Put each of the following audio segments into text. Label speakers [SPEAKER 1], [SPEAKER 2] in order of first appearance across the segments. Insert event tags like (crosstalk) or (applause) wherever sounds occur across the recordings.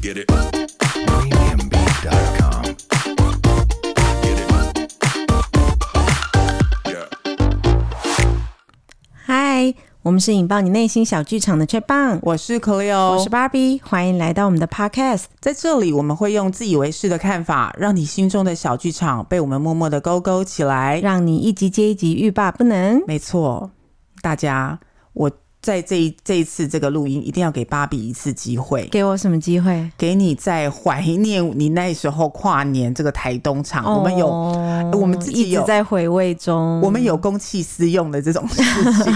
[SPEAKER 1] Get it. Premiumbeat.com. Get it. Yeah.
[SPEAKER 2] 嗨，我们是引爆你内心小剧场的 c h 棒，
[SPEAKER 3] 嗯我是 Cleo，
[SPEAKER 2] 我是 Barbie，欢迎来到我们的 Podcast。
[SPEAKER 3] 在这里我们会用自以为是的看法，让你心中的小剧场被我们默默的勾勾起来。
[SPEAKER 2] 让你一集接一集欲罢不能。
[SPEAKER 3] 没错，大家，我在这一这一次这个录音一定要给芭比一次机会，
[SPEAKER 2] 给我什么机会？
[SPEAKER 3] 给你再怀念你那时候跨年这个台东场，啊我们有
[SPEAKER 2] 哦
[SPEAKER 3] 我们自己
[SPEAKER 2] 一
[SPEAKER 3] 有
[SPEAKER 2] 直在回味中。
[SPEAKER 3] 我们有公器私用的这种事
[SPEAKER 2] (laughs)
[SPEAKER 3] 情。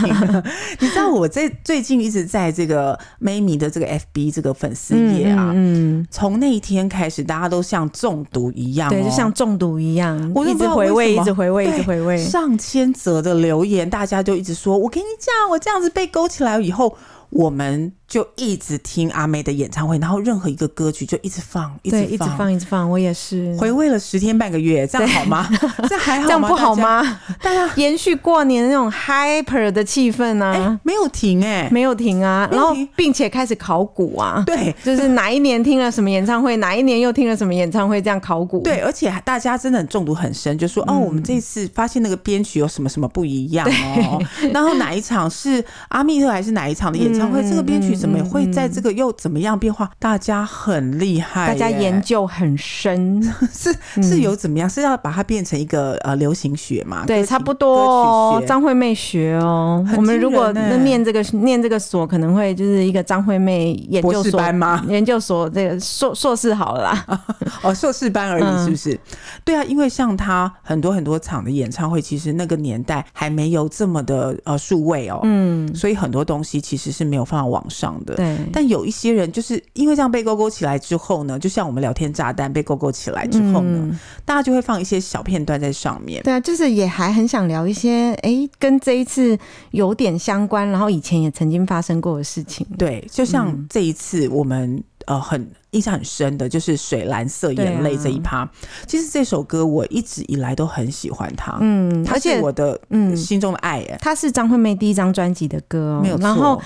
[SPEAKER 3] 你知道我在最近一直在这个 Mimi 的这个 FB 这个粉丝页啊，
[SPEAKER 2] 嗯，嗯
[SPEAKER 3] 从那一天开始，大家都像中毒一样、
[SPEAKER 2] 嗯
[SPEAKER 3] 哦，
[SPEAKER 2] 对，就像中毒一样，
[SPEAKER 3] 我都
[SPEAKER 2] 一
[SPEAKER 3] 不
[SPEAKER 2] 直
[SPEAKER 3] 知道
[SPEAKER 2] 回味，
[SPEAKER 3] 为什
[SPEAKER 2] 一
[SPEAKER 3] 么
[SPEAKER 2] 直回味，一
[SPEAKER 3] 对啊
[SPEAKER 2] 直回味。
[SPEAKER 3] 上千则的留言，大家就一直说：“我跟你讲，我这样子被勾起来以后，我们就一直听阿妹的演唱会，然后任何一个歌曲就一直放，一
[SPEAKER 2] 对，
[SPEAKER 3] 直
[SPEAKER 2] 一直放，一直放，我也是。
[SPEAKER 3] 回味了十天半个月，这样好
[SPEAKER 2] (laughs)
[SPEAKER 3] 吗？这还好吗？
[SPEAKER 2] 这样不好
[SPEAKER 3] 大家？
[SPEAKER 2] 吗？
[SPEAKER 3] 大家
[SPEAKER 2] (laughs) 延续过年那种 hyper 的气氛
[SPEAKER 3] 哎、
[SPEAKER 2] 啊，
[SPEAKER 3] 没有停哎、
[SPEAKER 2] 没有停啊，
[SPEAKER 3] 没
[SPEAKER 2] 然
[SPEAKER 3] 有
[SPEAKER 2] 后
[SPEAKER 3] 停
[SPEAKER 2] 并且开始考古啊，
[SPEAKER 3] 对
[SPEAKER 2] (laughs) 就是哪一年听了什么演唱会，哪一年又听了什么演唱会，这样考古。
[SPEAKER 3] 对，而且大家真的很中毒很深，就说哦，我
[SPEAKER 2] 嗯
[SPEAKER 3] 们这次发现那个编曲有什么什么不一样哦，然后哪一场是阿密特还是哪一场的演唱会，
[SPEAKER 2] 嗯
[SPEAKER 3] 这个编曲怎么
[SPEAKER 2] 嗯
[SPEAKER 3] 会在这个又怎么样变化？大家很厉害
[SPEAKER 2] 大
[SPEAKER 3] 耶，
[SPEAKER 2] 家研嗯究很深，
[SPEAKER 3] (laughs) 是是有怎么样？是要把它变成一个呃流行学嘛？
[SPEAKER 2] 对，
[SPEAKER 3] 歌曲
[SPEAKER 2] 差不多哦
[SPEAKER 3] 歌。曲学
[SPEAKER 2] 张惠妹学哦，
[SPEAKER 3] 很
[SPEAKER 2] 我们如果
[SPEAKER 3] 惊人
[SPEAKER 2] 那
[SPEAKER 3] 欸
[SPEAKER 2] 念这个念这个所，可能会就是一个张惠妹研究
[SPEAKER 3] 博士
[SPEAKER 2] 所
[SPEAKER 3] 班吗
[SPEAKER 2] 研究所这个硕硕士好了啦，
[SPEAKER 3] 哦，硕士班而
[SPEAKER 2] 嗯
[SPEAKER 3] 已，是不是？对啊，因为像他很多很多场的演唱会，其实那个年代还没有这么的呃数位哦，
[SPEAKER 2] 嗯，
[SPEAKER 3] 所以很多东西其实是没有放到网上的。
[SPEAKER 2] 对，
[SPEAKER 3] 但有一些人就是因为这样被勾勾起来之后呢，就像我们聊天炸弹被勾勾起来之后呢，
[SPEAKER 2] 嗯
[SPEAKER 3] 大家就会放一些小片段在上面。
[SPEAKER 2] 对啊，就是也还很想聊一些哎、诶跟这一次有点相关，然后以前也曾经发生过的事情。
[SPEAKER 3] 对，就像
[SPEAKER 2] 嗯
[SPEAKER 3] 这一次我们、呃很印象很深的就是《水蓝色眼泪
[SPEAKER 2] 对啊》
[SPEAKER 3] 这一趴。其实这首歌我一直以来都很喜欢它，
[SPEAKER 2] 嗯，
[SPEAKER 3] 它
[SPEAKER 2] 而且
[SPEAKER 3] 是我的
[SPEAKER 2] 嗯，
[SPEAKER 3] 心中的爱哎、
[SPEAKER 2] 它是张惠妹第一张专辑的歌哦，
[SPEAKER 3] 没有错。
[SPEAKER 2] 然后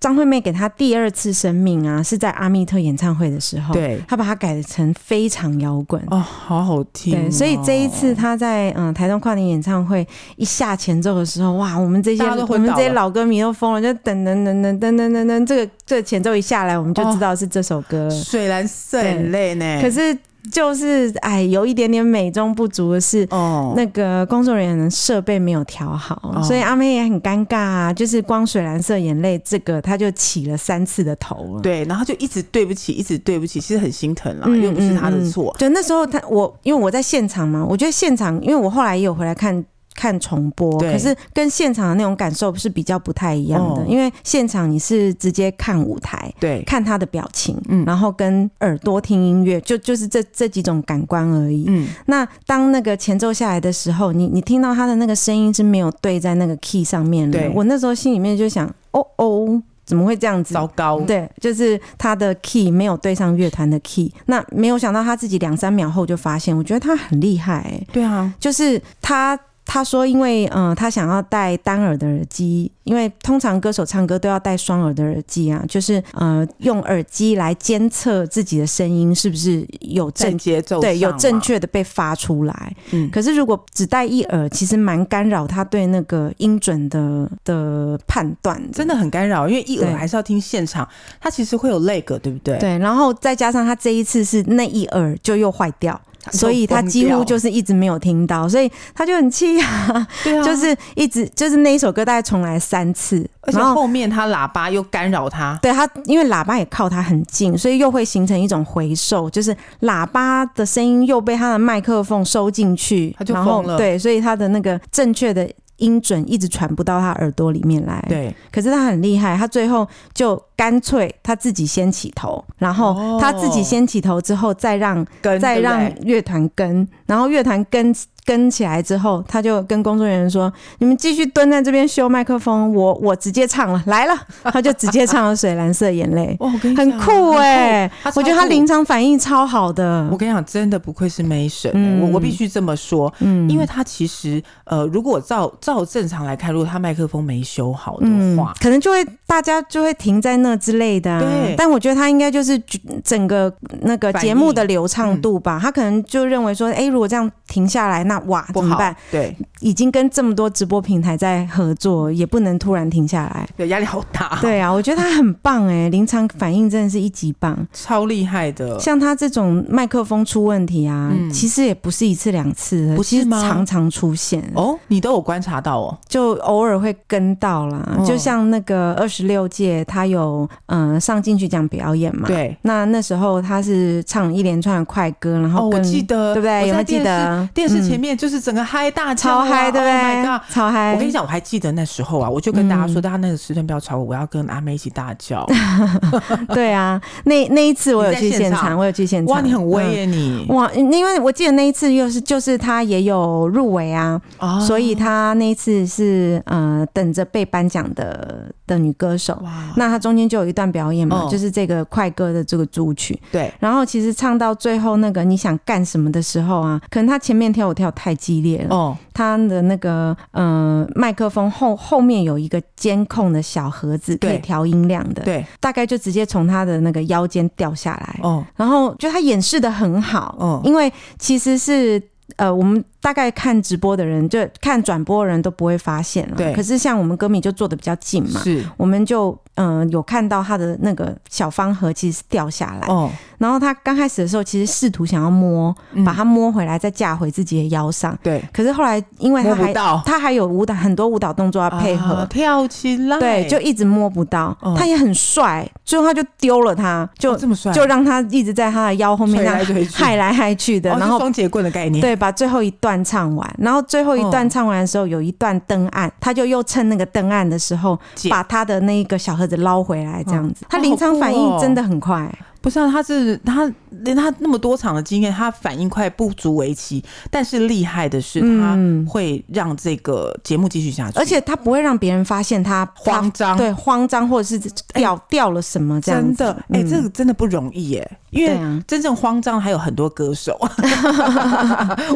[SPEAKER 2] 张惠妹给她第二次生命啊，是在阿密特演唱会的时候，
[SPEAKER 3] 对
[SPEAKER 2] 她把它改成非常摇滚。
[SPEAKER 3] 哦，好好听哦、
[SPEAKER 2] 对，所以这一次她在嗯、呃台东跨年演唱会一下前奏的时候，哇，我们这些
[SPEAKER 3] 大家都
[SPEAKER 2] 我
[SPEAKER 3] 昏
[SPEAKER 2] 们
[SPEAKER 3] 倒
[SPEAKER 2] 这些
[SPEAKER 3] 了
[SPEAKER 2] 老歌迷都疯了，就等等等等等等等等，这个这个前奏一下来，我们就知道是这首歌了。
[SPEAKER 3] 水蓝色眼泪呢，
[SPEAKER 2] 可是就是哎，有一点点美中不足的是，
[SPEAKER 3] 哦，
[SPEAKER 2] 那个工作人员的设备没有调好，
[SPEAKER 3] 哦
[SPEAKER 2] 所以阿妹也很尴尬啊。就是光水蓝色眼泪这个，她就起了三次的头了。
[SPEAKER 3] 对，然后就一直对不起，一直对不起，其实很心疼啦，
[SPEAKER 2] 嗯
[SPEAKER 3] 又不是他的错。
[SPEAKER 2] 就那时候她我因为我在现场嘛，我觉得现场，因为我后来也有回来看。看重播，
[SPEAKER 3] 对
[SPEAKER 2] 可是跟现场的那种感受是比较不太一样的，
[SPEAKER 3] 哦
[SPEAKER 2] 因为现场你是直接看舞台，
[SPEAKER 3] 对，
[SPEAKER 2] 看他的表情，
[SPEAKER 3] 嗯
[SPEAKER 2] 然后跟耳朵听音乐，就就是这这几种感官而已。
[SPEAKER 3] 嗯，
[SPEAKER 2] 那当那个前奏下来的时候，你你听到他的那个声音是没有对在那个 key 上面的
[SPEAKER 3] 对。
[SPEAKER 2] 我那时候心里面就想，哦哦，怎么会这样子？
[SPEAKER 3] 糟糕，
[SPEAKER 2] 对，就是他的 key 没有对上乐团的 key。那没有想到他自己两三秒后就发现，我觉得他很厉害、欸
[SPEAKER 3] 对啊，
[SPEAKER 2] 就是他他说，因为嗯、呃他想要戴单耳的耳机，因为通常歌手唱歌都要戴双耳的耳机啊，就是呃，用耳机来监测自己的声音是不是有
[SPEAKER 3] 在
[SPEAKER 2] 正。
[SPEAKER 3] 节奏
[SPEAKER 2] 对，有
[SPEAKER 3] 上
[SPEAKER 2] 正
[SPEAKER 3] 嘛，
[SPEAKER 2] 确的被发出来。
[SPEAKER 3] 嗯，
[SPEAKER 2] 可是如果只戴一耳，其实蛮干扰他对那个音准的的判断的。
[SPEAKER 3] 真的很干扰，因为一
[SPEAKER 2] 对
[SPEAKER 3] 耳还是要听现场，它其实会有 lag，对不对？，
[SPEAKER 2] 对，然后再加上他这一次是那一耳就又坏掉，所以他几乎就是一直没有听到，所以他就很气啊。
[SPEAKER 3] 对啊，
[SPEAKER 2] 就是一直就是那一首歌大概重来三次，
[SPEAKER 3] 而且
[SPEAKER 2] 然后
[SPEAKER 3] 后面它喇叭又干扰它，
[SPEAKER 2] 对它，因为喇叭也靠它很近，所以又会形成一种回收，就是喇叭的声音又被它的麦克风收进去，
[SPEAKER 3] 它就
[SPEAKER 2] 然后
[SPEAKER 3] 疯了
[SPEAKER 2] 对，所以它的那个正确的音准一直传不到他耳朵里面来。，
[SPEAKER 3] 对，
[SPEAKER 2] 可是他很厉害，他最后就干脆他自己先起头，然后
[SPEAKER 3] 哦
[SPEAKER 2] 他自己先起头之后再让
[SPEAKER 3] 跟
[SPEAKER 2] 再
[SPEAKER 3] 对不
[SPEAKER 2] 让
[SPEAKER 3] 对
[SPEAKER 2] 乐团跟，然后乐坛跟跟起来之后，他就跟工作人员说：“你们继续蹲在这边修麦克风，我我直接唱了，
[SPEAKER 3] (laughs)
[SPEAKER 2] 来了。”他就直接唱了《水蓝色眼泪
[SPEAKER 3] 哇，我跟》，你
[SPEAKER 2] 很
[SPEAKER 3] 讲
[SPEAKER 2] 酷哎、
[SPEAKER 3] 很酷
[SPEAKER 2] 我觉得他
[SPEAKER 3] 超酷
[SPEAKER 2] 临场反应超好的
[SPEAKER 3] 我。跟你讲，真的不愧是 Mason，、
[SPEAKER 2] 嗯
[SPEAKER 3] 我我必须这么说，
[SPEAKER 2] 嗯
[SPEAKER 3] 因为他其实呃，如果照照正常来看，如果他麦克风没修好的话，
[SPEAKER 2] 嗯可能就会大家就会停在那之类的、啊。
[SPEAKER 3] 对
[SPEAKER 2] 但我觉得他应该就是整个那个
[SPEAKER 3] 反应
[SPEAKER 2] 节目的流畅度吧，他可能就认为说，哎、如果这样停下来，那哇
[SPEAKER 3] 不
[SPEAKER 2] 怎么
[SPEAKER 3] 好
[SPEAKER 2] 办？，
[SPEAKER 3] 对
[SPEAKER 2] 已经跟这么多直播平台在合作，也不能突然停下来。
[SPEAKER 3] 对，压力好大，，
[SPEAKER 2] 对啊，我觉得他很棒哎、临场反应真的是一级棒。
[SPEAKER 3] 超厉害的，
[SPEAKER 2] 像他这种麦克风出问题啊，
[SPEAKER 3] 嗯
[SPEAKER 2] 其实也不是一次两次的，
[SPEAKER 3] 不
[SPEAKER 2] 其
[SPEAKER 3] 是
[SPEAKER 2] 实
[SPEAKER 3] 吗
[SPEAKER 2] 常常出现。
[SPEAKER 3] 哦，你都有观察到哦，
[SPEAKER 2] 就偶尔会跟到啦，
[SPEAKER 3] 嗯
[SPEAKER 2] 就像那个二十六届，他有嗯、呃上金曲奖表演嘛，。
[SPEAKER 3] 对，
[SPEAKER 2] 那那时候他是唱一连串的快歌，然
[SPEAKER 3] 哦，
[SPEAKER 2] 后
[SPEAKER 3] 我
[SPEAKER 2] 跟、
[SPEAKER 3] 记得，
[SPEAKER 2] 对不对？有
[SPEAKER 3] 我
[SPEAKER 2] 没有
[SPEAKER 3] 在
[SPEAKER 2] 记
[SPEAKER 3] 电视？
[SPEAKER 2] 得
[SPEAKER 3] 电视前
[SPEAKER 2] 嗯
[SPEAKER 3] 面就是整个嗨大叫
[SPEAKER 2] 超
[SPEAKER 3] 啊、
[SPEAKER 2] 嗨，对不
[SPEAKER 3] o h my
[SPEAKER 2] 对
[SPEAKER 3] god！？
[SPEAKER 2] 超嗨！
[SPEAKER 3] 我跟你，讲，我还记得那时候啊，我就跟大家说，
[SPEAKER 2] 嗯
[SPEAKER 3] 大家那个时段不要吵我，我要跟阿妹一起大
[SPEAKER 2] (laughs)
[SPEAKER 3] 叫。
[SPEAKER 2] 对啊，那那一次我有
[SPEAKER 3] 你在
[SPEAKER 2] 去
[SPEAKER 3] 现
[SPEAKER 2] 现场，
[SPEAKER 3] 场
[SPEAKER 2] 我有去现场。
[SPEAKER 3] 哇，你很威耶
[SPEAKER 2] 嗯
[SPEAKER 3] 你！
[SPEAKER 2] 哇，因为我记得那一次又是就是他也有入围啊，
[SPEAKER 3] 啊
[SPEAKER 2] 所以他那一次是呃等着被颁奖的的女歌手。
[SPEAKER 3] 哇，
[SPEAKER 2] 那它中间就有一段表演嘛，
[SPEAKER 3] 嗯
[SPEAKER 2] 就是这个快歌的这个主曲。
[SPEAKER 3] 对，
[SPEAKER 2] 然后其实唱到最后那个你想干什么的时候啊，可能他前面跳舞跳太激烈了，
[SPEAKER 3] 哦，
[SPEAKER 2] 他的那个呃麦克风后后面有一个监控的小盒子
[SPEAKER 3] 对
[SPEAKER 2] 可以调音量的，
[SPEAKER 3] 对，
[SPEAKER 2] 大概就直接从他的那个腰间掉下来。
[SPEAKER 3] 哦，
[SPEAKER 2] 然后就他演示的很好，
[SPEAKER 3] 嗯
[SPEAKER 2] 因为其实是呃，我们大概看直播的人，就看转播的人都不会发现了。
[SPEAKER 3] 对
[SPEAKER 2] 可是像我们歌迷就坐的比较近嘛，
[SPEAKER 3] 是，
[SPEAKER 2] 我们就嗯、呃有看到他的那个小方盒其实是掉下来，
[SPEAKER 3] 哦，
[SPEAKER 2] 然后他刚开始的时候其实试图想要摸，
[SPEAKER 3] 嗯
[SPEAKER 2] 把它摸回来再架回自己的腰上，
[SPEAKER 3] 对，
[SPEAKER 2] 可是后来因为他
[SPEAKER 3] 摸不
[SPEAKER 2] 还
[SPEAKER 3] 到，
[SPEAKER 2] 他还有舞蹈很多舞蹈动作要配合。
[SPEAKER 3] 啊跳起来，
[SPEAKER 2] 对，就一直摸不到，
[SPEAKER 3] 哦
[SPEAKER 2] 他也很帅，最后他就丢了他，就、
[SPEAKER 3] 哦这么帅，
[SPEAKER 2] 就让他一直在他的腰后面
[SPEAKER 3] 捶
[SPEAKER 2] 让
[SPEAKER 3] 来捶去
[SPEAKER 2] 害来害去的，
[SPEAKER 3] 哦
[SPEAKER 2] 然
[SPEAKER 3] 是
[SPEAKER 2] 后
[SPEAKER 3] 双节棍的概念，
[SPEAKER 2] 对，把最后一段唱完，然后最后一段唱完的时候，有一段登岸，他就又趁那个登岸的时候
[SPEAKER 3] 解，
[SPEAKER 2] 把他的那个小盒子捞回来，这样子
[SPEAKER 3] 嗯，
[SPEAKER 2] 他临场反应真的很快、
[SPEAKER 3] 不是啊，他是他连他那么多场的经验，他反应快不足为奇，但是厉害的是他
[SPEAKER 2] 嗯
[SPEAKER 3] 会让这个节目继续下去，
[SPEAKER 2] 而且他不会让别人发现他
[SPEAKER 3] 慌张
[SPEAKER 2] 他对慌张哎或者是掉、掉了什么这样
[SPEAKER 3] 真
[SPEAKER 2] 子，
[SPEAKER 3] 的，哎、这个真的不容易耶，因
[SPEAKER 2] 对
[SPEAKER 3] 为
[SPEAKER 2] 啊，
[SPEAKER 3] 真正慌张还有很多歌 (laughs) 手，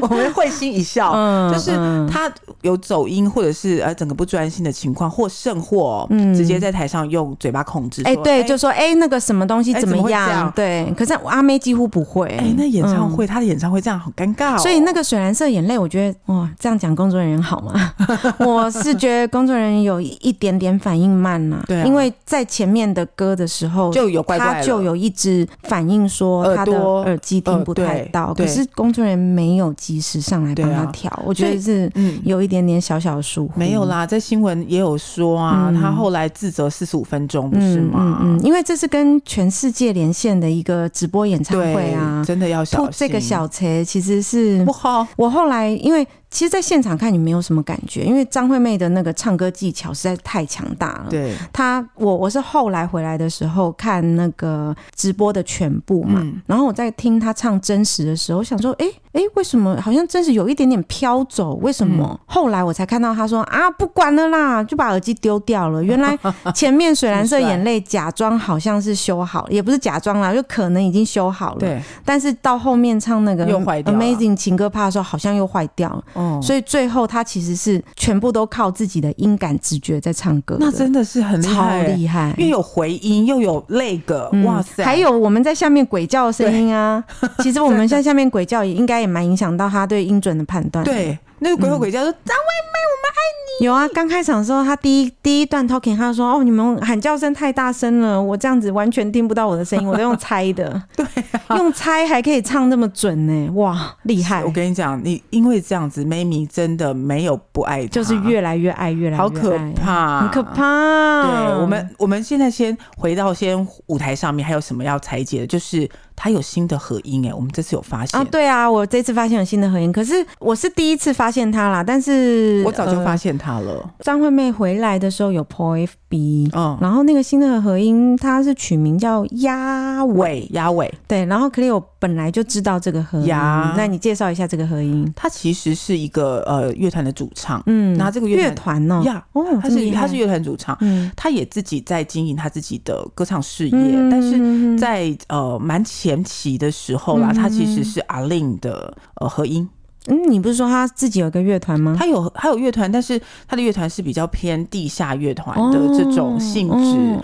[SPEAKER 3] 我们会心一笑，
[SPEAKER 2] 嗯
[SPEAKER 3] 就是
[SPEAKER 2] 嗯
[SPEAKER 3] 他有走音或者是呃整个不专心的情况，或甚或、哦
[SPEAKER 2] 嗯
[SPEAKER 3] 直接在台上用嘴巴控制，
[SPEAKER 2] 哎、
[SPEAKER 3] 说
[SPEAKER 2] 对，就说哎、那个什么东西
[SPEAKER 3] 哎
[SPEAKER 2] 怎
[SPEAKER 3] 怎么
[SPEAKER 2] 么
[SPEAKER 3] 会这
[SPEAKER 2] 样？
[SPEAKER 3] 样
[SPEAKER 2] 对，可是阿妹几乎不会、嗯
[SPEAKER 3] 哎、那演唱会、他的演唱会这样好尴尬、哦，
[SPEAKER 2] 所以那个水蓝色眼泪，我觉得哇，这样讲工作人员好吗？
[SPEAKER 3] (laughs)
[SPEAKER 2] 我是觉得工作人员有一点点反应慢啦、
[SPEAKER 3] 对啊
[SPEAKER 2] 因为在前面的歌的时候，
[SPEAKER 3] 就有怪怪
[SPEAKER 2] 他
[SPEAKER 3] 了
[SPEAKER 2] 就有一直反映说他的
[SPEAKER 3] 耳朵
[SPEAKER 2] 耳机听不太到，
[SPEAKER 3] 呃对
[SPEAKER 2] 可是工作人员没有及时上来帮他调，我觉得是
[SPEAKER 3] 嗯。
[SPEAKER 2] 有一点点小小的疏忽。
[SPEAKER 3] 没有啦，在新闻也有说啊，
[SPEAKER 2] 嗯
[SPEAKER 3] 他后来自责四十五分钟，不是
[SPEAKER 2] 嗯，
[SPEAKER 3] 吗？
[SPEAKER 2] 嗯嗯，因为这是跟全世界连线的一个直播演唱会
[SPEAKER 3] 对
[SPEAKER 2] 啊，
[SPEAKER 3] 真的要小
[SPEAKER 2] 吐
[SPEAKER 3] 心。
[SPEAKER 2] 这个小贼其实是
[SPEAKER 3] 不好，
[SPEAKER 2] 我后来因为其实，在现场看你没有什么感觉，因为张惠妹的那个唱歌技巧实在太强大了。
[SPEAKER 3] 对，
[SPEAKER 2] 她，我我是后来回来的时候看那个直播的全部嘛，
[SPEAKER 3] 嗯
[SPEAKER 2] 然后我在听她唱《真实》的时候，我想说，诶诶，为什么好像《真实》有一点点飘走？为什
[SPEAKER 3] 嗯
[SPEAKER 2] 么？后来我才看到她说啊，不管了啦，就把耳机丢掉了。原来前面水蓝色眼泪假装好像是修好，也不是假装啦，就可能已经修好了。
[SPEAKER 3] 对，
[SPEAKER 2] 但是到后面唱那个
[SPEAKER 3] 又坏掉了
[SPEAKER 2] Amazing 情歌趴的时候，好像又坏掉了，
[SPEAKER 3] 哦，
[SPEAKER 2] 所以最后他其实是全部都靠自己的音感直觉在唱歌的，
[SPEAKER 3] 那真的是很厉
[SPEAKER 2] 超
[SPEAKER 3] 害，
[SPEAKER 2] 厉害。
[SPEAKER 3] 又有回音，又有那个，
[SPEAKER 2] 嗯
[SPEAKER 3] 哇塞！
[SPEAKER 2] 还有我们在下面鬼叫的声音啊，其实我们在下面鬼叫也应该也蛮影响到他对音准的判断。，
[SPEAKER 3] 对那个鬼吼鬼
[SPEAKER 2] 嗯
[SPEAKER 3] 叫说张
[SPEAKER 2] 有啊，刚开场的时候，他第一第一段 talking，他说：“哦，你们喊叫声太大声了，我这样子完全听不到我的声音，我都用猜
[SPEAKER 3] (laughs)
[SPEAKER 2] 的。”对、
[SPEAKER 3] 啊
[SPEAKER 2] 用猜还可以唱这么准呢、哇，厉害！
[SPEAKER 3] 我跟你讲，你因为这样子，Mimi 真的没有不爱他，
[SPEAKER 2] 就是越来越爱，越来越爱啊
[SPEAKER 3] 啊好可，怕，啊
[SPEAKER 2] 很可。怕。啊
[SPEAKER 3] 对我们，我们现在先回到先舞台上面，还有什么要裁解的？就是他有新的合音哎、我们这次有发现，
[SPEAKER 2] 啊，对啊，我这次发现有新的合音，可是我是第一次发现它啦，但是
[SPEAKER 3] 我早就发
[SPEAKER 2] 呃
[SPEAKER 3] 现他了。
[SPEAKER 2] 张惠妹回来的时候有 PO FB。
[SPEAKER 3] 嗯，
[SPEAKER 2] 然后那个新的合音，它是取名叫鸭尾，
[SPEAKER 3] 尾鸭尾，
[SPEAKER 2] 对。然后 Cleo 本来就知道这个合音
[SPEAKER 3] 呀，
[SPEAKER 2] 那你介绍一下这个合音？
[SPEAKER 3] 他其实是一个呃乐团的主唱，
[SPEAKER 2] 嗯，
[SPEAKER 3] 那这个乐
[SPEAKER 2] 乐
[SPEAKER 3] 团
[SPEAKER 2] 团哦，
[SPEAKER 3] 呀，
[SPEAKER 2] 哦，
[SPEAKER 3] 他
[SPEAKER 2] 这么
[SPEAKER 3] 是
[SPEAKER 2] 厉害
[SPEAKER 3] 他是乐团主唱，
[SPEAKER 2] 嗯，
[SPEAKER 3] 他也自己在经营他自己的歌唱事业，
[SPEAKER 2] 嗯
[SPEAKER 3] 但是
[SPEAKER 2] 嗯嗯
[SPEAKER 3] 在呃蛮前期的时候啦，
[SPEAKER 2] 嗯
[SPEAKER 3] 他其实是阿令的呃合音，
[SPEAKER 2] 嗯，你不是说他自己有一个乐团吗？
[SPEAKER 3] 他有他有乐团，但是他的乐团是比较偏地下乐团的
[SPEAKER 2] 哦
[SPEAKER 3] 这种性质。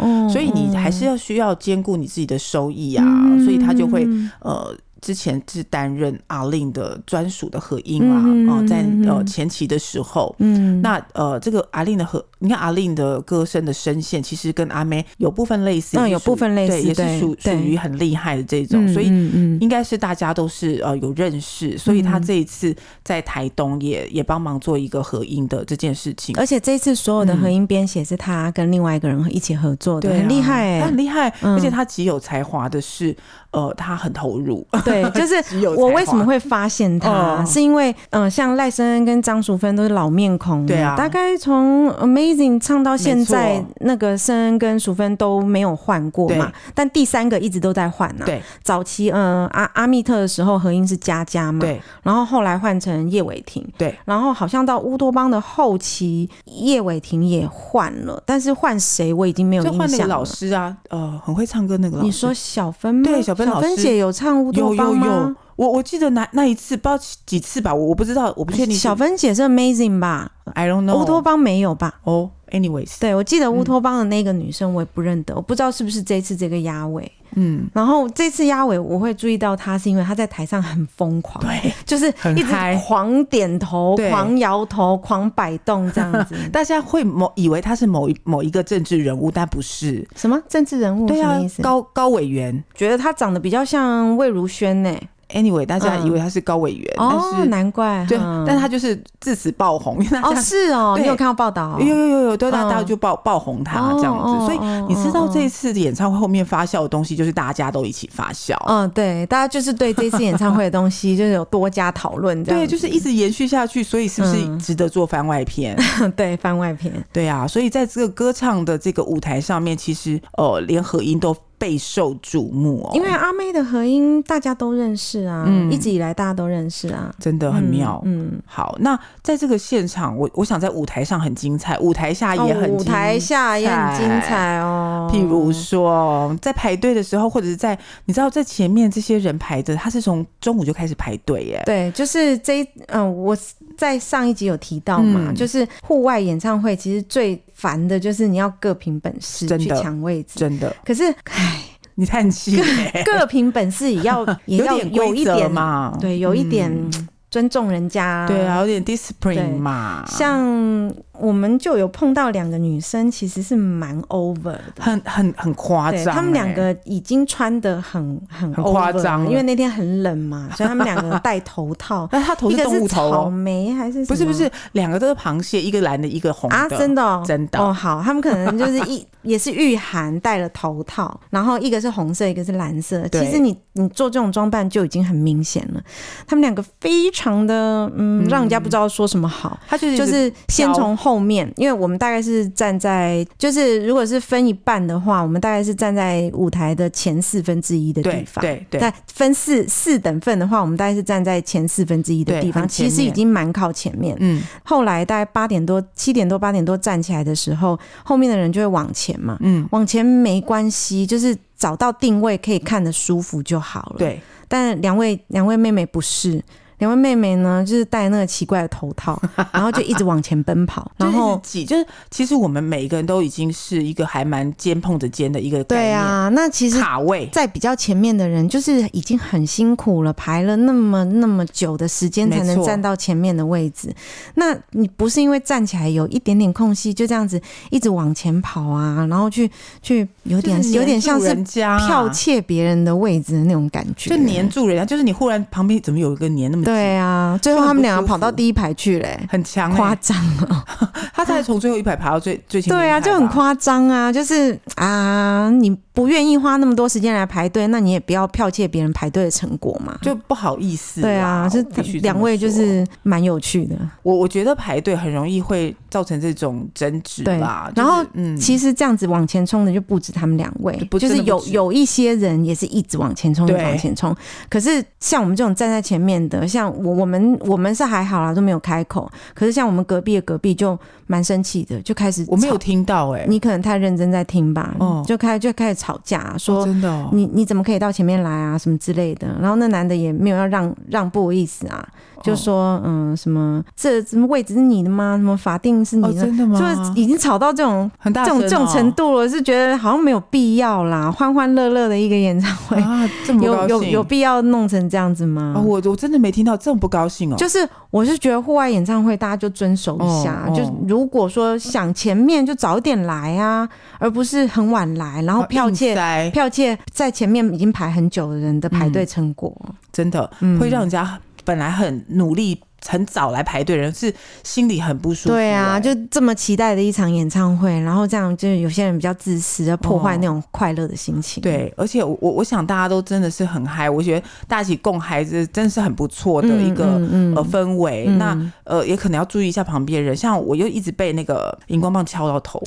[SPEAKER 2] 哦哦
[SPEAKER 3] 所以你
[SPEAKER 2] 哦
[SPEAKER 3] 还是要需要兼顾你自己的收益啊，
[SPEAKER 2] 嗯
[SPEAKER 3] 所以他就会
[SPEAKER 2] 嗯
[SPEAKER 3] 呃，之前是担任阿令的专属的合音啦，
[SPEAKER 2] 嗯
[SPEAKER 3] 哦、在
[SPEAKER 2] 嗯
[SPEAKER 3] 呃前期的时候，
[SPEAKER 2] 嗯，
[SPEAKER 3] 那呃这个阿令的和你看阿令的歌声的声线，其实跟阿妹有部分类似，
[SPEAKER 2] 嗯
[SPEAKER 3] 也是
[SPEAKER 2] 有部分类似
[SPEAKER 3] 对，也是
[SPEAKER 2] 对
[SPEAKER 3] 属属
[SPEAKER 2] 对
[SPEAKER 3] 于很厉害的这种，
[SPEAKER 2] 嗯
[SPEAKER 3] 所以。
[SPEAKER 2] 嗯嗯
[SPEAKER 3] 应该是大家都是呃有认识，所以他
[SPEAKER 2] 嗯
[SPEAKER 3] 这一次在台东也也帮忙做一个合音的这件事情，
[SPEAKER 2] 而且这次所有的
[SPEAKER 3] 嗯
[SPEAKER 2] 合音编写是他跟另外一个人一起合作的，
[SPEAKER 3] 对啊、
[SPEAKER 2] 很厉害
[SPEAKER 3] 他
[SPEAKER 2] 哎
[SPEAKER 3] 很、厉害，
[SPEAKER 2] 嗯
[SPEAKER 3] 而且他极有才华的是，呃，他很投入，
[SPEAKER 2] (laughs)
[SPEAKER 3] (laughs)
[SPEAKER 2] 对，就是
[SPEAKER 3] 极有才华
[SPEAKER 2] 我为什么会发现他，
[SPEAKER 3] 哦
[SPEAKER 2] 是因为嗯、呃像赖声恩跟张淑芬都是老面孔了，
[SPEAKER 3] 对啊
[SPEAKER 2] 大概从 Amazing 唱到现
[SPEAKER 3] 没
[SPEAKER 2] 在
[SPEAKER 3] 错，
[SPEAKER 2] 那个声恩跟淑芬都没有换过嘛，但第三个一直都在换啊。
[SPEAKER 3] 对
[SPEAKER 2] 早期嗯、呃阿阿密特的时候合音是佳佳嘛，
[SPEAKER 3] 对
[SPEAKER 2] 然后后来换成叶伟霆，
[SPEAKER 3] 对，
[SPEAKER 2] 然后好像到乌托邦的后期，叶伟霆也换了，但是换谁我已经没有
[SPEAKER 3] 就
[SPEAKER 2] 印
[SPEAKER 3] 换那
[SPEAKER 2] 象
[SPEAKER 3] 个
[SPEAKER 2] 了。
[SPEAKER 3] 老师啊，呃，很会唱歌那个老师。
[SPEAKER 2] 你说小芬吗？
[SPEAKER 3] 对小芬老师
[SPEAKER 2] 姐有唱乌托
[SPEAKER 3] 有有
[SPEAKER 2] 邦
[SPEAKER 3] 有
[SPEAKER 2] 吗？，
[SPEAKER 3] 我我记得那那一次不知道几几次吧，我我不知道，我不确定是。
[SPEAKER 2] 小芬姐是 Amazing 吧？
[SPEAKER 3] I don't know。
[SPEAKER 2] 乌托邦没有吧？
[SPEAKER 3] 哦，anyways，
[SPEAKER 2] 对，我记得
[SPEAKER 3] 嗯
[SPEAKER 2] 乌托邦的那个女生我也不认得，我不知道是不是这次这个压尾。
[SPEAKER 3] 嗯，
[SPEAKER 2] 然后这次压尾我会注意到她，是因为她在台上很疯狂， (laughs)
[SPEAKER 3] 对，
[SPEAKER 2] 就是
[SPEAKER 3] 很
[SPEAKER 2] 一直
[SPEAKER 3] 嗨
[SPEAKER 2] 狂点头、
[SPEAKER 3] 对
[SPEAKER 2] 狂摇头、狂摆动这样子。
[SPEAKER 3] (laughs) 大家会某以为他是某一某一个政治人物，但不是。
[SPEAKER 2] 什么政治人物？
[SPEAKER 3] 对
[SPEAKER 2] 什
[SPEAKER 3] 啊
[SPEAKER 2] 么意，思？
[SPEAKER 3] 高高委员。
[SPEAKER 2] 觉得她长得比较像魏如萱呢、
[SPEAKER 3] Anyway，大家
[SPEAKER 2] 嗯
[SPEAKER 3] 以为他是高委员，
[SPEAKER 2] 哦，
[SPEAKER 3] 但是
[SPEAKER 2] 难怪。
[SPEAKER 3] 对，
[SPEAKER 2] 嗯
[SPEAKER 3] 但他就是自此爆红，因为他
[SPEAKER 2] 哦
[SPEAKER 3] 这样
[SPEAKER 2] 是哦，
[SPEAKER 3] 对
[SPEAKER 2] 你有看到报道、哦？
[SPEAKER 3] 有有有有，对，大
[SPEAKER 2] 嗯
[SPEAKER 3] 大家就爆爆红他
[SPEAKER 2] 哦
[SPEAKER 3] 这样子，
[SPEAKER 2] 哦
[SPEAKER 3] 所以
[SPEAKER 2] 哦
[SPEAKER 3] 你知道
[SPEAKER 2] 哦
[SPEAKER 3] 这一次的演唱会后面发酵的东西，就是大家都一起发酵。
[SPEAKER 2] 嗯，对，大家就是对这次演唱会的东西就是有多加讨论，这样
[SPEAKER 3] 对，
[SPEAKER 2] 子
[SPEAKER 3] 就是一直延续下去，所以是不是
[SPEAKER 2] 嗯
[SPEAKER 3] 值得做番外篇？
[SPEAKER 2] (laughs) 对番外篇，
[SPEAKER 3] 对啊，所以在这个歌唱的这个舞台上面，其实呃，连合音都备受瞩目哦，
[SPEAKER 2] 因为阿妹的合音大家都认识啊，
[SPEAKER 3] 嗯
[SPEAKER 2] 一直以来大家都认识啊，
[SPEAKER 3] 真的很妙。
[SPEAKER 2] 嗯，
[SPEAKER 3] 好，那在这个现场，我我想在舞台上很精彩，舞台下
[SPEAKER 2] 嗯
[SPEAKER 3] 也
[SPEAKER 2] 哦
[SPEAKER 3] 很精
[SPEAKER 2] 舞台下也很精彩哦，
[SPEAKER 3] 譬如说，在排队的时候，或者是在你知道在前面这些人排着，他是从中午就开始排队耶。
[SPEAKER 2] 对，就是这一嗯、我在上一集有提到嘛，
[SPEAKER 3] 嗯
[SPEAKER 2] 就是户外演唱会其实最烦的就是你要各凭本事
[SPEAKER 3] 真的
[SPEAKER 2] 去抢位置，
[SPEAKER 3] 真的，
[SPEAKER 2] 可是唉，
[SPEAKER 3] 你
[SPEAKER 2] (laughs)
[SPEAKER 3] 叹气耶，
[SPEAKER 2] 各凭本事也
[SPEAKER 3] (laughs)
[SPEAKER 2] 要也
[SPEAKER 3] 有
[SPEAKER 2] 要
[SPEAKER 3] 点
[SPEAKER 2] 有一
[SPEAKER 3] 规则
[SPEAKER 2] 点，
[SPEAKER 3] 嘛，嗯
[SPEAKER 2] 对，有一点尊重人家，
[SPEAKER 3] 对啊，。有点
[SPEAKER 2] 对
[SPEAKER 3] discipline 嘛，
[SPEAKER 2] 像我们就有碰到两个女生，其实是蛮 over 的。
[SPEAKER 3] 很很很夸
[SPEAKER 2] 对
[SPEAKER 3] 张、欸，
[SPEAKER 2] 他们两个已经穿的很很
[SPEAKER 3] 很夸张
[SPEAKER 2] over
[SPEAKER 3] 了，
[SPEAKER 2] 因为那天很冷嘛，所以他们两个戴头套
[SPEAKER 3] 那他 (laughs) 头
[SPEAKER 2] 一个
[SPEAKER 3] 是动
[SPEAKER 2] 是
[SPEAKER 3] 物头、
[SPEAKER 2] 草
[SPEAKER 3] 哦，
[SPEAKER 2] 莓还是什
[SPEAKER 3] 不是不
[SPEAKER 2] 么
[SPEAKER 3] 是，两个都是螃蟹，一个蓝的，一个红的，
[SPEAKER 2] 啊？真的哦，
[SPEAKER 3] 真的
[SPEAKER 2] 哦。好，他们可能就是
[SPEAKER 3] (laughs)
[SPEAKER 2] 一也是御寒戴了头套，然后一个是红色，一个是蓝色。
[SPEAKER 3] 对
[SPEAKER 2] 其实你你做这种装扮就已经很明显了。他们两个非常的嗯，让人家不知道说什么好。
[SPEAKER 3] 他就是
[SPEAKER 2] 就是先从后面，因为我们大概是站在，就是如果是分一半的话，我们大概是站在舞台的前四分之一的地
[SPEAKER 3] 对
[SPEAKER 2] 方。
[SPEAKER 3] 对对
[SPEAKER 2] 但分四四等份的话，我们大概是站在前四分之一的
[SPEAKER 3] 对
[SPEAKER 2] 地方，
[SPEAKER 3] 很前
[SPEAKER 2] 其
[SPEAKER 3] 面
[SPEAKER 2] 实已经蛮靠前面。
[SPEAKER 3] 嗯
[SPEAKER 2] 后来大概八点多、七点多、八点多站起来的时候，后面的人就会往前嘛，
[SPEAKER 3] 嗯，
[SPEAKER 2] 往前没关系，就是找到定位可以看得舒服就好了。，
[SPEAKER 3] 对，
[SPEAKER 2] 但两位两位妹妹不是，两位妹妹呢就是戴那个奇怪的头套，
[SPEAKER 3] (laughs)
[SPEAKER 2] 然后就一直往前奔跑，然
[SPEAKER 3] 就是一
[SPEAKER 2] 后
[SPEAKER 3] 直。挤，就是其实我们每一个人都已经是一个还蛮肩碰着肩的一个概
[SPEAKER 2] 对
[SPEAKER 3] 念，
[SPEAKER 2] 啊，那其实
[SPEAKER 3] 卡位。
[SPEAKER 2] 在比较前面的人，就是已经很辛苦了，排了那么那么久的时间才
[SPEAKER 3] 没
[SPEAKER 2] 能
[SPEAKER 3] 错
[SPEAKER 2] 站到前面的位置。那你不是因为站起来有一点点空隙，就这样子一直往前跑啊，然后去去有点、
[SPEAKER 3] 就是黏
[SPEAKER 2] 有点
[SPEAKER 3] 住
[SPEAKER 2] 像是
[SPEAKER 3] 人家啊
[SPEAKER 2] 剽窃别人的位置的那种感觉，
[SPEAKER 3] 就黏住人家，就是你忽然旁边怎么有一个黏那么紧，
[SPEAKER 2] 对啊，最后
[SPEAKER 3] 就很
[SPEAKER 2] 他们
[SPEAKER 3] 不
[SPEAKER 2] 两个
[SPEAKER 3] 舒
[SPEAKER 2] 跑到
[SPEAKER 3] 服
[SPEAKER 2] 第一排去嘞、
[SPEAKER 3] 很强、
[SPEAKER 2] 夸
[SPEAKER 3] 欸，
[SPEAKER 2] 张哦，
[SPEAKER 3] 他才从最后一排爬到最最前面
[SPEAKER 2] 对
[SPEAKER 3] 一
[SPEAKER 2] 啊，
[SPEAKER 3] 排
[SPEAKER 2] 就很
[SPEAKER 3] 吧。
[SPEAKER 2] 夸张啊，就是啊，你不不愿意花那么多时间来排队，那你也不要剽窃别人排队的成果嘛。
[SPEAKER 3] 就不好意思啦。
[SPEAKER 2] 对啊，
[SPEAKER 3] 我
[SPEAKER 2] 这
[SPEAKER 3] 必须这么
[SPEAKER 2] 两位就
[SPEAKER 3] 说嗯
[SPEAKER 2] 是蛮有趣的。
[SPEAKER 3] 我，我觉得排队很容易会造成这种争执
[SPEAKER 2] 对
[SPEAKER 3] 啦。
[SPEAKER 2] 然
[SPEAKER 3] 就是
[SPEAKER 2] 后
[SPEAKER 3] 嗯，
[SPEAKER 2] 其实这样子往前冲的就不止他们两位
[SPEAKER 3] 不，
[SPEAKER 2] 就是
[SPEAKER 3] 真的不
[SPEAKER 2] 有
[SPEAKER 3] 止
[SPEAKER 2] 有一些人也是一直往前冲，一
[SPEAKER 3] 对
[SPEAKER 2] 直往前冲。可是像我们这种站在前面的，像我我们我们是还好啦，都没有开口。可是像我们隔壁的隔壁就蛮生气的，就开始
[SPEAKER 3] 我没有
[SPEAKER 2] 吵，
[SPEAKER 3] 听到哎、
[SPEAKER 2] 你可能太认真在听吧，
[SPEAKER 3] 哦
[SPEAKER 2] 就开就开始吵架，说
[SPEAKER 3] 哦真的、哦，
[SPEAKER 2] 你你怎么可以到前面来啊，什么之类的。然后那男的也没有要让让步的意思啊，
[SPEAKER 3] 哦
[SPEAKER 2] 就说嗯什么这什么位置是你的吗？什么法定是你
[SPEAKER 3] 哦
[SPEAKER 2] 的？
[SPEAKER 3] 真的吗？
[SPEAKER 2] 就是已经吵到这种
[SPEAKER 3] 很大
[SPEAKER 2] 这种
[SPEAKER 3] 声
[SPEAKER 2] 这
[SPEAKER 3] 哦
[SPEAKER 2] 种程度了，是觉得好像没有必要啦。欢欢乐乐的一个演唱会，
[SPEAKER 3] 啊，这么不
[SPEAKER 2] 欸有
[SPEAKER 3] 高
[SPEAKER 2] 有
[SPEAKER 3] 兴
[SPEAKER 2] 有必要弄成这样子吗？
[SPEAKER 3] 啊！我我真的没听到这么不高兴哦。
[SPEAKER 2] 就是我是觉得户外演唱会大家就遵守一下，
[SPEAKER 3] 哦哦
[SPEAKER 2] 就如果说想前面就早点来啊，而不是很晚来，然后
[SPEAKER 3] 啊
[SPEAKER 2] 剽窃
[SPEAKER 3] 硬塞
[SPEAKER 2] 剽窃在前面已经排很久的人的排队成果。
[SPEAKER 3] 真的、
[SPEAKER 2] 嗯
[SPEAKER 3] 会让人家本来很努力、很早来排队的人是心里很不舒服、
[SPEAKER 2] 对啊，
[SPEAKER 3] 哎
[SPEAKER 2] 就这么期待的一场演唱会，然后这样就是有些人比较自私，要破坏
[SPEAKER 3] 哦
[SPEAKER 2] 那种快乐的心情。
[SPEAKER 3] 对，而且我我我想大家都真的是很嗨，我觉得大家一起共嗨，这真是很不错的
[SPEAKER 2] 嗯
[SPEAKER 3] 一个、
[SPEAKER 2] 嗯嗯
[SPEAKER 3] 呃氛围。
[SPEAKER 2] 嗯
[SPEAKER 3] 那呃，也可能要注意一下旁边人，像我又一直被那个荧光棒敲到
[SPEAKER 2] (laughs)
[SPEAKER 3] 头，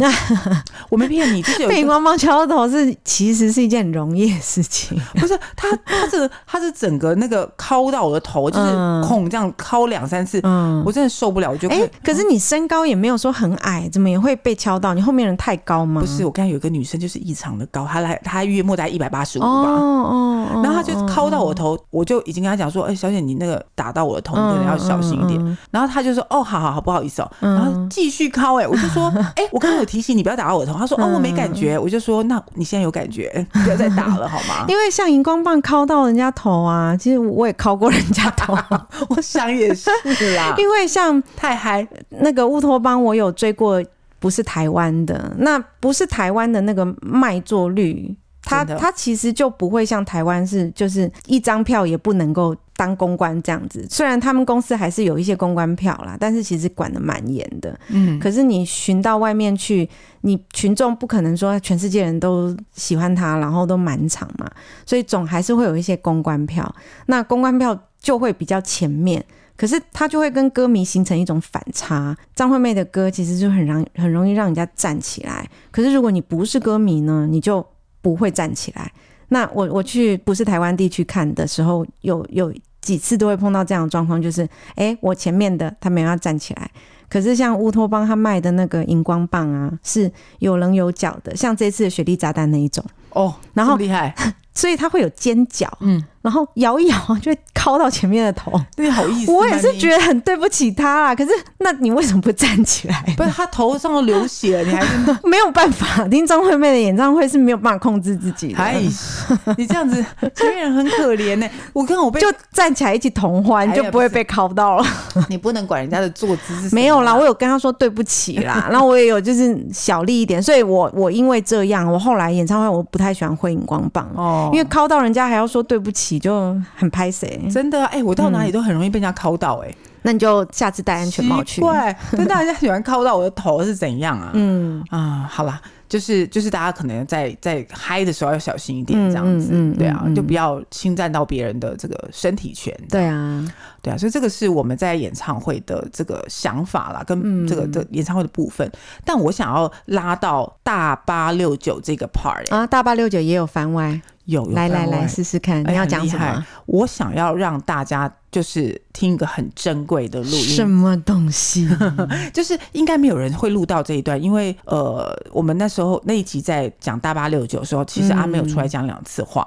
[SPEAKER 3] 我没骗你，就是有一
[SPEAKER 2] 被荧
[SPEAKER 3] 个
[SPEAKER 2] 光棒敲头是其实是一件很容易的事
[SPEAKER 3] (laughs)
[SPEAKER 2] 情，
[SPEAKER 3] 不是他，他这个他是整个那个敲到我的头，就是
[SPEAKER 2] 嗯
[SPEAKER 3] 孔这样敲两三次，
[SPEAKER 2] 嗯
[SPEAKER 3] 我。真的受不了，我就
[SPEAKER 2] 哎、
[SPEAKER 3] 快
[SPEAKER 2] 可是你身高也没有说很矮，怎么也会被敲到？你后面人太高吗？
[SPEAKER 3] 不是，我刚才有一个女生就是异常的高，她来她约莫在一百八十五
[SPEAKER 2] 哦
[SPEAKER 3] 吧。
[SPEAKER 2] 哦，哦
[SPEAKER 3] 然后她就敲到我
[SPEAKER 2] 哦
[SPEAKER 3] 头，我就已经跟她讲说：“哎、小姐，你那个打到我的头，你真的要小心一点。
[SPEAKER 2] 嗯嗯
[SPEAKER 3] 然后她就说：“哦，好好好，不好意思哦。
[SPEAKER 2] 嗯
[SPEAKER 3] 然后继续敲、
[SPEAKER 2] (laughs)
[SPEAKER 3] 哎，我就说：“哎、我刚刚有提醒你不要打到我的头。”她说：“哦，我
[SPEAKER 2] 嗯
[SPEAKER 3] 没感觉。我就说：“那你现在有感觉， (laughs) 不要再打了，好吗
[SPEAKER 2] 嗯 (laughs) 因为像荧光棒敲到人家头啊，其实我也敲过人家头，？”
[SPEAKER 3] (laughs) 我想也是 (laughs) 啦，
[SPEAKER 2] 因为像
[SPEAKER 3] 太嗨，
[SPEAKER 2] 那个乌托邦，我有追过，不是台湾的，那不是台湾的那个卖座率，它
[SPEAKER 3] 真的
[SPEAKER 2] 它其实就不会像台湾是，就是一张票也不能够当公关这样子。虽然他们公司还是有一些公关票啦，但是其实管的蛮严的。
[SPEAKER 3] 嗯，
[SPEAKER 2] 可是你寻到外面去，你群众不可能说全世界人都喜欢他，然后都满场嘛，所以总还是会有一些公关票。那公关票就会比较前面，可是他就会跟歌迷形成一种反差。张惠妹的歌其实就很让很容易让人家站起来，可是如果你不是歌迷呢，你就不会站起来。那我我去不是台湾地区看的时候，有有几次都会碰到这样的状况，就是诶，我前面的他没有要站起来。可是像乌托邦他卖的那个荧光棒啊，是有棱有角的，像这次的雪莉炸弹那一种，
[SPEAKER 3] 哦，
[SPEAKER 2] 然后
[SPEAKER 3] 这么厉害，
[SPEAKER 2] 所以它会有尖角，
[SPEAKER 3] 嗯，
[SPEAKER 2] 然后摇一摇啊就会敲到前面的头。
[SPEAKER 3] 对，好意思吗，
[SPEAKER 2] 我也是
[SPEAKER 3] 你
[SPEAKER 2] 觉得很对不起他啦，可是那你为什么不站起来？
[SPEAKER 3] 不是她头上都流血，你还是
[SPEAKER 2] (laughs) 没有办法，听张惠妹的演唱会是没有办法控制自己
[SPEAKER 3] 哎
[SPEAKER 2] 的，，
[SPEAKER 3] 你这样子，前面人很可怜呢、我跟我被
[SPEAKER 2] 就站起来一起同欢，
[SPEAKER 3] 哎呀
[SPEAKER 2] 就不会被敲到了。
[SPEAKER 3] (laughs) 你不能管人家的坐姿是什么啊
[SPEAKER 2] 没有啦，我有跟他说对不起
[SPEAKER 3] (laughs)
[SPEAKER 2] 啦，然后我也有就是小力一点，所以我我因为这样，我后来演唱会我不太喜欢挥荧光棒，
[SPEAKER 3] 哦，
[SPEAKER 2] 因为敲到人家还要说对不起，就很拍谁。
[SPEAKER 3] 真的啊哎、我到哪里
[SPEAKER 2] 嗯
[SPEAKER 3] 都很容易被人家敲到哎、
[SPEAKER 2] 那你就下次戴安全帽
[SPEAKER 3] 奇
[SPEAKER 2] 去。
[SPEAKER 3] 怪，但大家喜欢敲到我的头是怎样啊？
[SPEAKER 2] 嗯，
[SPEAKER 3] 啊，好啦，就是就是大家可能在在嗨的时候要小心一点，这样子，
[SPEAKER 2] 嗯嗯嗯
[SPEAKER 3] 对啊，
[SPEAKER 2] 嗯
[SPEAKER 3] 就不要侵占到别人的这个身体权，
[SPEAKER 2] 对啊，
[SPEAKER 3] 对啊，所以这个是我们在演唱会的这个想法啦，
[SPEAKER 2] 嗯
[SPEAKER 3] 跟这个的演唱会的部分。但我想要拉到大八六九这个 part，、欸、
[SPEAKER 2] 啊，大八六九也有番外，
[SPEAKER 3] 有有
[SPEAKER 2] 来来
[SPEAKER 3] 番外
[SPEAKER 2] 来试试看，
[SPEAKER 3] 哎
[SPEAKER 2] 你要讲什？
[SPEAKER 3] 很厉
[SPEAKER 2] 么
[SPEAKER 3] 害？我想要让大家就是听一个很珍贵的录
[SPEAKER 2] 什
[SPEAKER 3] 音，
[SPEAKER 2] 么东
[SPEAKER 3] (laughs)
[SPEAKER 2] 西？
[SPEAKER 3] 就是应该没有人会录到这一段，因为呃，我们那时候那一集在讲大八六九的时候，其实阿妹有出来讲两次话。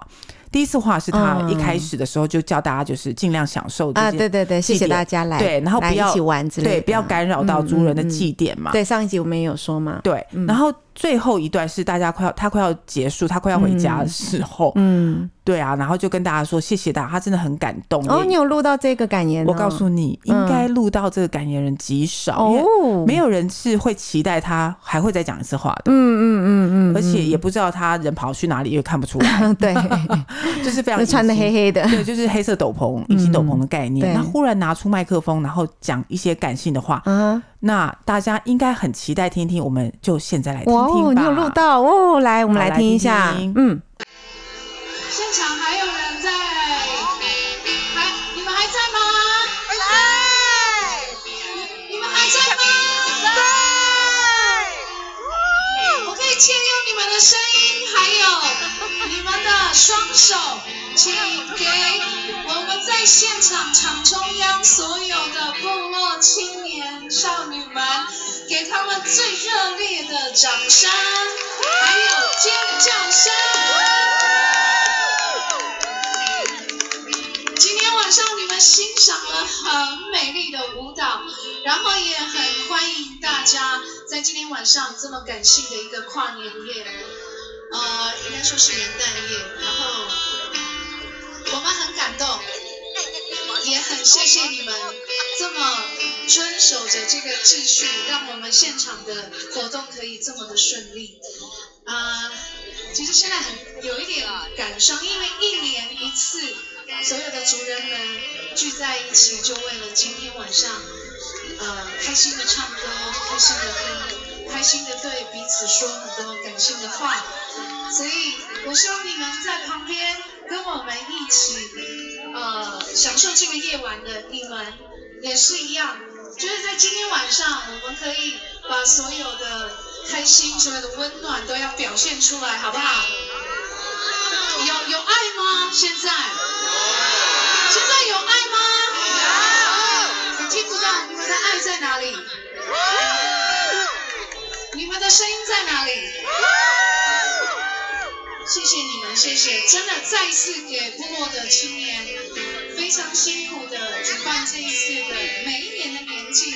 [SPEAKER 3] 第一次话是她
[SPEAKER 2] 嗯
[SPEAKER 3] 一开始的时候就叫大家就是尽量享受这
[SPEAKER 2] 啊，
[SPEAKER 3] 件
[SPEAKER 2] 对对对，谢
[SPEAKER 3] 祭
[SPEAKER 2] 谢
[SPEAKER 3] 典
[SPEAKER 2] 大家来，
[SPEAKER 3] 对然后不
[SPEAKER 2] 来
[SPEAKER 3] 要
[SPEAKER 2] 一起玩之类的，
[SPEAKER 3] 对，不要干扰到族人的
[SPEAKER 2] 嗯嗯嗯嗯
[SPEAKER 3] 祭典嘛。
[SPEAKER 2] 对，上一集我们也有说嘛，
[SPEAKER 3] 对，然后最后一段是大家快要他快要结束，他快要回家的时候，
[SPEAKER 2] 嗯，
[SPEAKER 3] 对啊，然后就跟大家说谢谢大家，他真的很感动。
[SPEAKER 2] 哦，
[SPEAKER 3] 也
[SPEAKER 2] 你有录到这个感言哦，
[SPEAKER 3] 我告诉你，
[SPEAKER 2] 嗯
[SPEAKER 3] 应该录到这个感言人极少，因为
[SPEAKER 2] 哦，
[SPEAKER 3] 没
[SPEAKER 2] 有，
[SPEAKER 3] 有人是会期待他还会再讲一次话的，
[SPEAKER 2] 嗯嗯嗯嗯，
[SPEAKER 3] 而且也不知道他人跑去哪里，也看不出
[SPEAKER 2] (laughs)
[SPEAKER 3] 来，
[SPEAKER 2] 嗯
[SPEAKER 3] (laughs)
[SPEAKER 2] 对，
[SPEAKER 3] 就是非常
[SPEAKER 2] 那穿的
[SPEAKER 3] 隐形
[SPEAKER 2] 黑。黑的，
[SPEAKER 3] 对，就是黑色斗篷、隐形斗篷的概念。
[SPEAKER 2] 对
[SPEAKER 3] 那忽然拿出麦克风，然后讲一些感性的话，
[SPEAKER 2] 啊，
[SPEAKER 3] 那大家应该很期待听听，我们就现在来哎听
[SPEAKER 2] 哇
[SPEAKER 3] 听吧。
[SPEAKER 2] 哦，你有录到哦，来，我们
[SPEAKER 3] 好
[SPEAKER 2] 来
[SPEAKER 3] 来
[SPEAKER 2] 听一
[SPEAKER 3] 听
[SPEAKER 2] 下，
[SPEAKER 3] 听
[SPEAKER 2] 嗯，
[SPEAKER 4] 现场还有人在，还你们还在吗？在。你们还在吗？在。我可以借用你们的声音，还有你们的双手，请给我们在现场场中央所有的部落青年少女们，给他们最热烈的掌声，还有尖叫声。今天晚上你们欣赏了很美丽的舞蹈，然后也很欢迎大家在今天晚上这么感性的一个跨年夜，呃，应该说是元旦夜，然后我们很感动，也很谢谢你们这么遵守着这个秩序，让我们现场的活动可以这么的顺利。啊、其实现在很有一点感伤，因为一年一次，呃所有的族人们聚在一起，就为了今天晚上，呃，开心的唱歌，开心的喝，开心的对彼此说很多感性的话。所以我希望你们在旁边跟我们一起，呃，享受这个夜晚的你们也是一样，就是在今天晚上，我们可以把所有的开心、所有的温暖都要表现出来，好不好？有有爱吗？现在？现在有爱吗？有。听不到你们的爱在哪里？你们的声音在哪里？谢谢你们，谢谢，真的再次给部落的青年非常辛苦的举办这一次的每一年的年祭，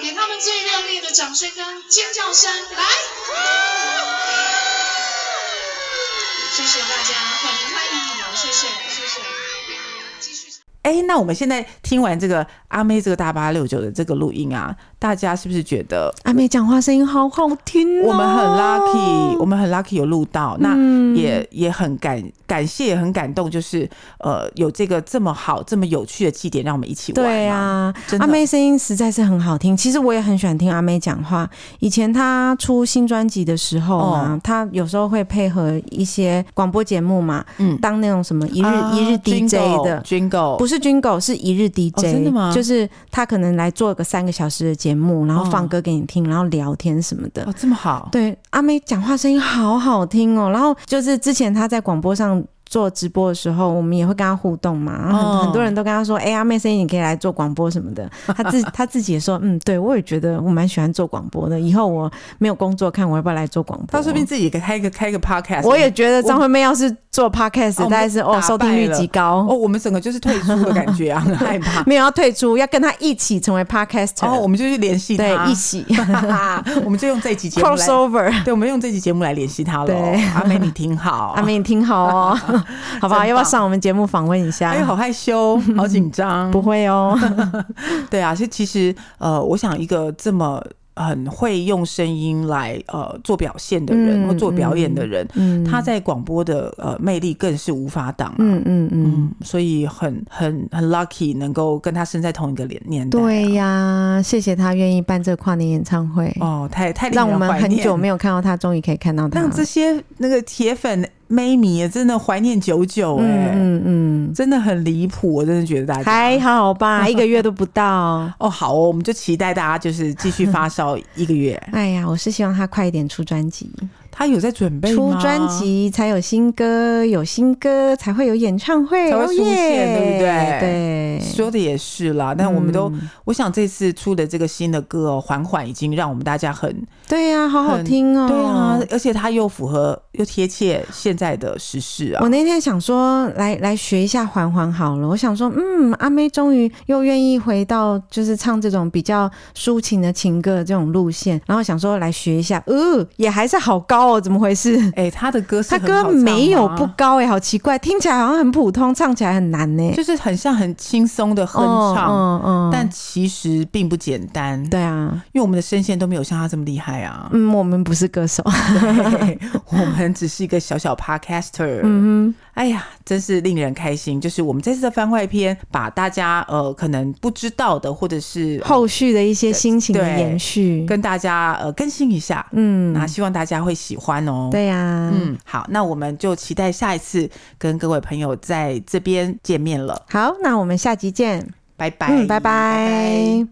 [SPEAKER 4] 给他们最热烈的掌声跟尖叫声，来！谢谢大家，很欢迎你们，谢谢，谢谢，继续。
[SPEAKER 3] 哎，那我们现在听完这个阿妹这个大八六九的这个录音啊，大家是不是觉得
[SPEAKER 2] 阿妹讲话声音好好听、哦，
[SPEAKER 3] 我们很 lucky，我们很 lucky 有录到，那
[SPEAKER 2] 嗯
[SPEAKER 3] 也、也很感感谢，也很感动，就是呃有这个这么好、这么有趣的祭典，让我们一起玩嘛。
[SPEAKER 2] 对啊，
[SPEAKER 3] 真的
[SPEAKER 2] 阿妹声音实在是很好听。其实我也很喜欢听阿妹讲话。以前她出新专辑的时候啊，
[SPEAKER 3] 哦
[SPEAKER 2] 她有时候会配合一些广播节目嘛，
[SPEAKER 3] 嗯
[SPEAKER 2] 当那种什么一日、
[SPEAKER 3] 啊
[SPEAKER 2] 一日 DJ 的。
[SPEAKER 3] Jingle，
[SPEAKER 2] 不是军狗，是一日 DJ，、
[SPEAKER 3] 哦真的吗
[SPEAKER 2] 就是她可能来做个三个小时的节目，然后放歌给你听，然后聊天什么的。
[SPEAKER 3] 哦，这么好，
[SPEAKER 2] 对，阿妹讲话声音好好听哦。然后就是之前她在广播上做直播的时候，我们也会跟她互动嘛。然后很、
[SPEAKER 3] 哦
[SPEAKER 2] 很多人都跟她说：“哎、阿妹声音你可以来做广播什么的。” (laughs) 她自她自己也说：“嗯，对我也觉得我蛮喜欢做广播的。以后我没有工作看，我要不要来做广播？”
[SPEAKER 3] 他说不定自己也开一个开一个 podcast，
[SPEAKER 2] 我也觉得
[SPEAKER 3] 我
[SPEAKER 2] 张惠妹要是做 podcast，
[SPEAKER 3] 哦
[SPEAKER 2] 大概是
[SPEAKER 3] 我
[SPEAKER 2] 哦
[SPEAKER 3] 们打
[SPEAKER 2] 收听率
[SPEAKER 3] 败了
[SPEAKER 2] 极高，
[SPEAKER 3] 哦，我们整个就是退出的感觉啊，很害
[SPEAKER 2] (laughs)
[SPEAKER 3] 怕。
[SPEAKER 2] 没有要退出，要跟她一起成为 podcaster，、
[SPEAKER 3] 然哦后我们就去联系他，
[SPEAKER 2] 对，一起
[SPEAKER 3] (laughs) 我们就用这一集节目来，
[SPEAKER 2] crossover。
[SPEAKER 3] 对，我们用这集节目来联系他了
[SPEAKER 2] 对。
[SPEAKER 3] 阿美，你挺好，
[SPEAKER 2] (laughs) 阿妹，你听好
[SPEAKER 3] (laughs)
[SPEAKER 2] 哦， (laughs) 好不好？
[SPEAKER 3] 真
[SPEAKER 2] 要不要
[SPEAKER 3] 棒
[SPEAKER 2] 上我们节目访问一下？
[SPEAKER 3] 哎，好害羞，好紧张
[SPEAKER 2] 不。会
[SPEAKER 3] (laughs)
[SPEAKER 2] 哦。
[SPEAKER 3] 对啊，是其实呃，我想一个这么很会用声音来呃做表现的人、
[SPEAKER 2] 嗯
[SPEAKER 3] 或做表演的人，
[SPEAKER 2] 嗯
[SPEAKER 3] 他在广播的呃魅力更是无法挡、啊。
[SPEAKER 2] 嗯嗯嗯，
[SPEAKER 3] 嗯，所以很很很 lucky 能够跟他生在同一个年年代啊、
[SPEAKER 2] 对呀，谢谢他愿意办这个跨年演唱会，
[SPEAKER 3] 哦，太太令
[SPEAKER 2] 让
[SPEAKER 3] 人
[SPEAKER 2] 我们
[SPEAKER 3] 怀
[SPEAKER 2] 很
[SPEAKER 3] 念
[SPEAKER 2] 久没有看到他，终于可以看到他
[SPEAKER 3] 让。这些那个铁粉妹迷也真的怀念久久哎、
[SPEAKER 2] 嗯嗯
[SPEAKER 3] 真的很离谱，我真的觉得大
[SPEAKER 2] 嗯，
[SPEAKER 3] 家
[SPEAKER 2] 还好
[SPEAKER 3] (laughs)
[SPEAKER 2] 吧，一个月都不到。
[SPEAKER 3] 哦好哦，我们就期待大家就是继续发烧一
[SPEAKER 2] (laughs)
[SPEAKER 3] 个月。
[SPEAKER 2] 哎呀，我是希望他快一点出专辑，
[SPEAKER 3] 他有在准备
[SPEAKER 2] 出
[SPEAKER 3] 吗
[SPEAKER 2] 专辑才有新歌，有新歌才会有演唱会，
[SPEAKER 3] 才会
[SPEAKER 2] 哦
[SPEAKER 3] 出现
[SPEAKER 2] 耶
[SPEAKER 3] 对不对
[SPEAKER 2] 对，
[SPEAKER 3] 说的也是啦，但我们都，
[SPEAKER 2] 嗯
[SPEAKER 3] 我想这次出的这个新的歌、哦，缓缓已经让我们大家很，
[SPEAKER 2] 对呀，好好
[SPEAKER 3] 很
[SPEAKER 2] 听哦。
[SPEAKER 3] 对啊，而且它又符合又贴切现在的时事啊
[SPEAKER 2] 我。那天想说，来来学一下环环好了。我想说，嗯，阿妹终于又愿意回到就是唱这种比较抒情的情歌这种路线，然后想说来学一下，呃，也还是好高高哦，怎么回事？
[SPEAKER 3] 哎、他的歌是
[SPEAKER 2] 他
[SPEAKER 3] 很好
[SPEAKER 2] 歌
[SPEAKER 3] 唱
[SPEAKER 2] 没有
[SPEAKER 3] 吗
[SPEAKER 2] 不高哎、好奇怪，听起来好像很普通，唱起来很难呢、
[SPEAKER 3] 就是很像很轻松的哼唱，
[SPEAKER 2] 嗯嗯嗯
[SPEAKER 3] 但其实并不简单。，
[SPEAKER 2] 对啊，
[SPEAKER 3] 因为我们的声线都没有像他这么厉害啊。
[SPEAKER 2] 嗯，我们不是歌手，
[SPEAKER 3] 对 (laughs) 我们只是一个小小 podcaster。嗯哎呀，真是令人开心！就是我们这次的番外篇，把大家呃可能不知道的，或者是、呃
[SPEAKER 2] 后续的一些心情的
[SPEAKER 3] 对
[SPEAKER 2] 延续，
[SPEAKER 3] 跟大家呃更新一下。
[SPEAKER 2] 嗯，
[SPEAKER 3] 那希望大家会喜欢哦。
[SPEAKER 2] 对啊呀、
[SPEAKER 3] 嗯，好，那我们就期待下一次跟各位朋友在这边见面了，
[SPEAKER 2] 好，那我们下集见，
[SPEAKER 3] 拜拜，
[SPEAKER 2] 嗯，拜拜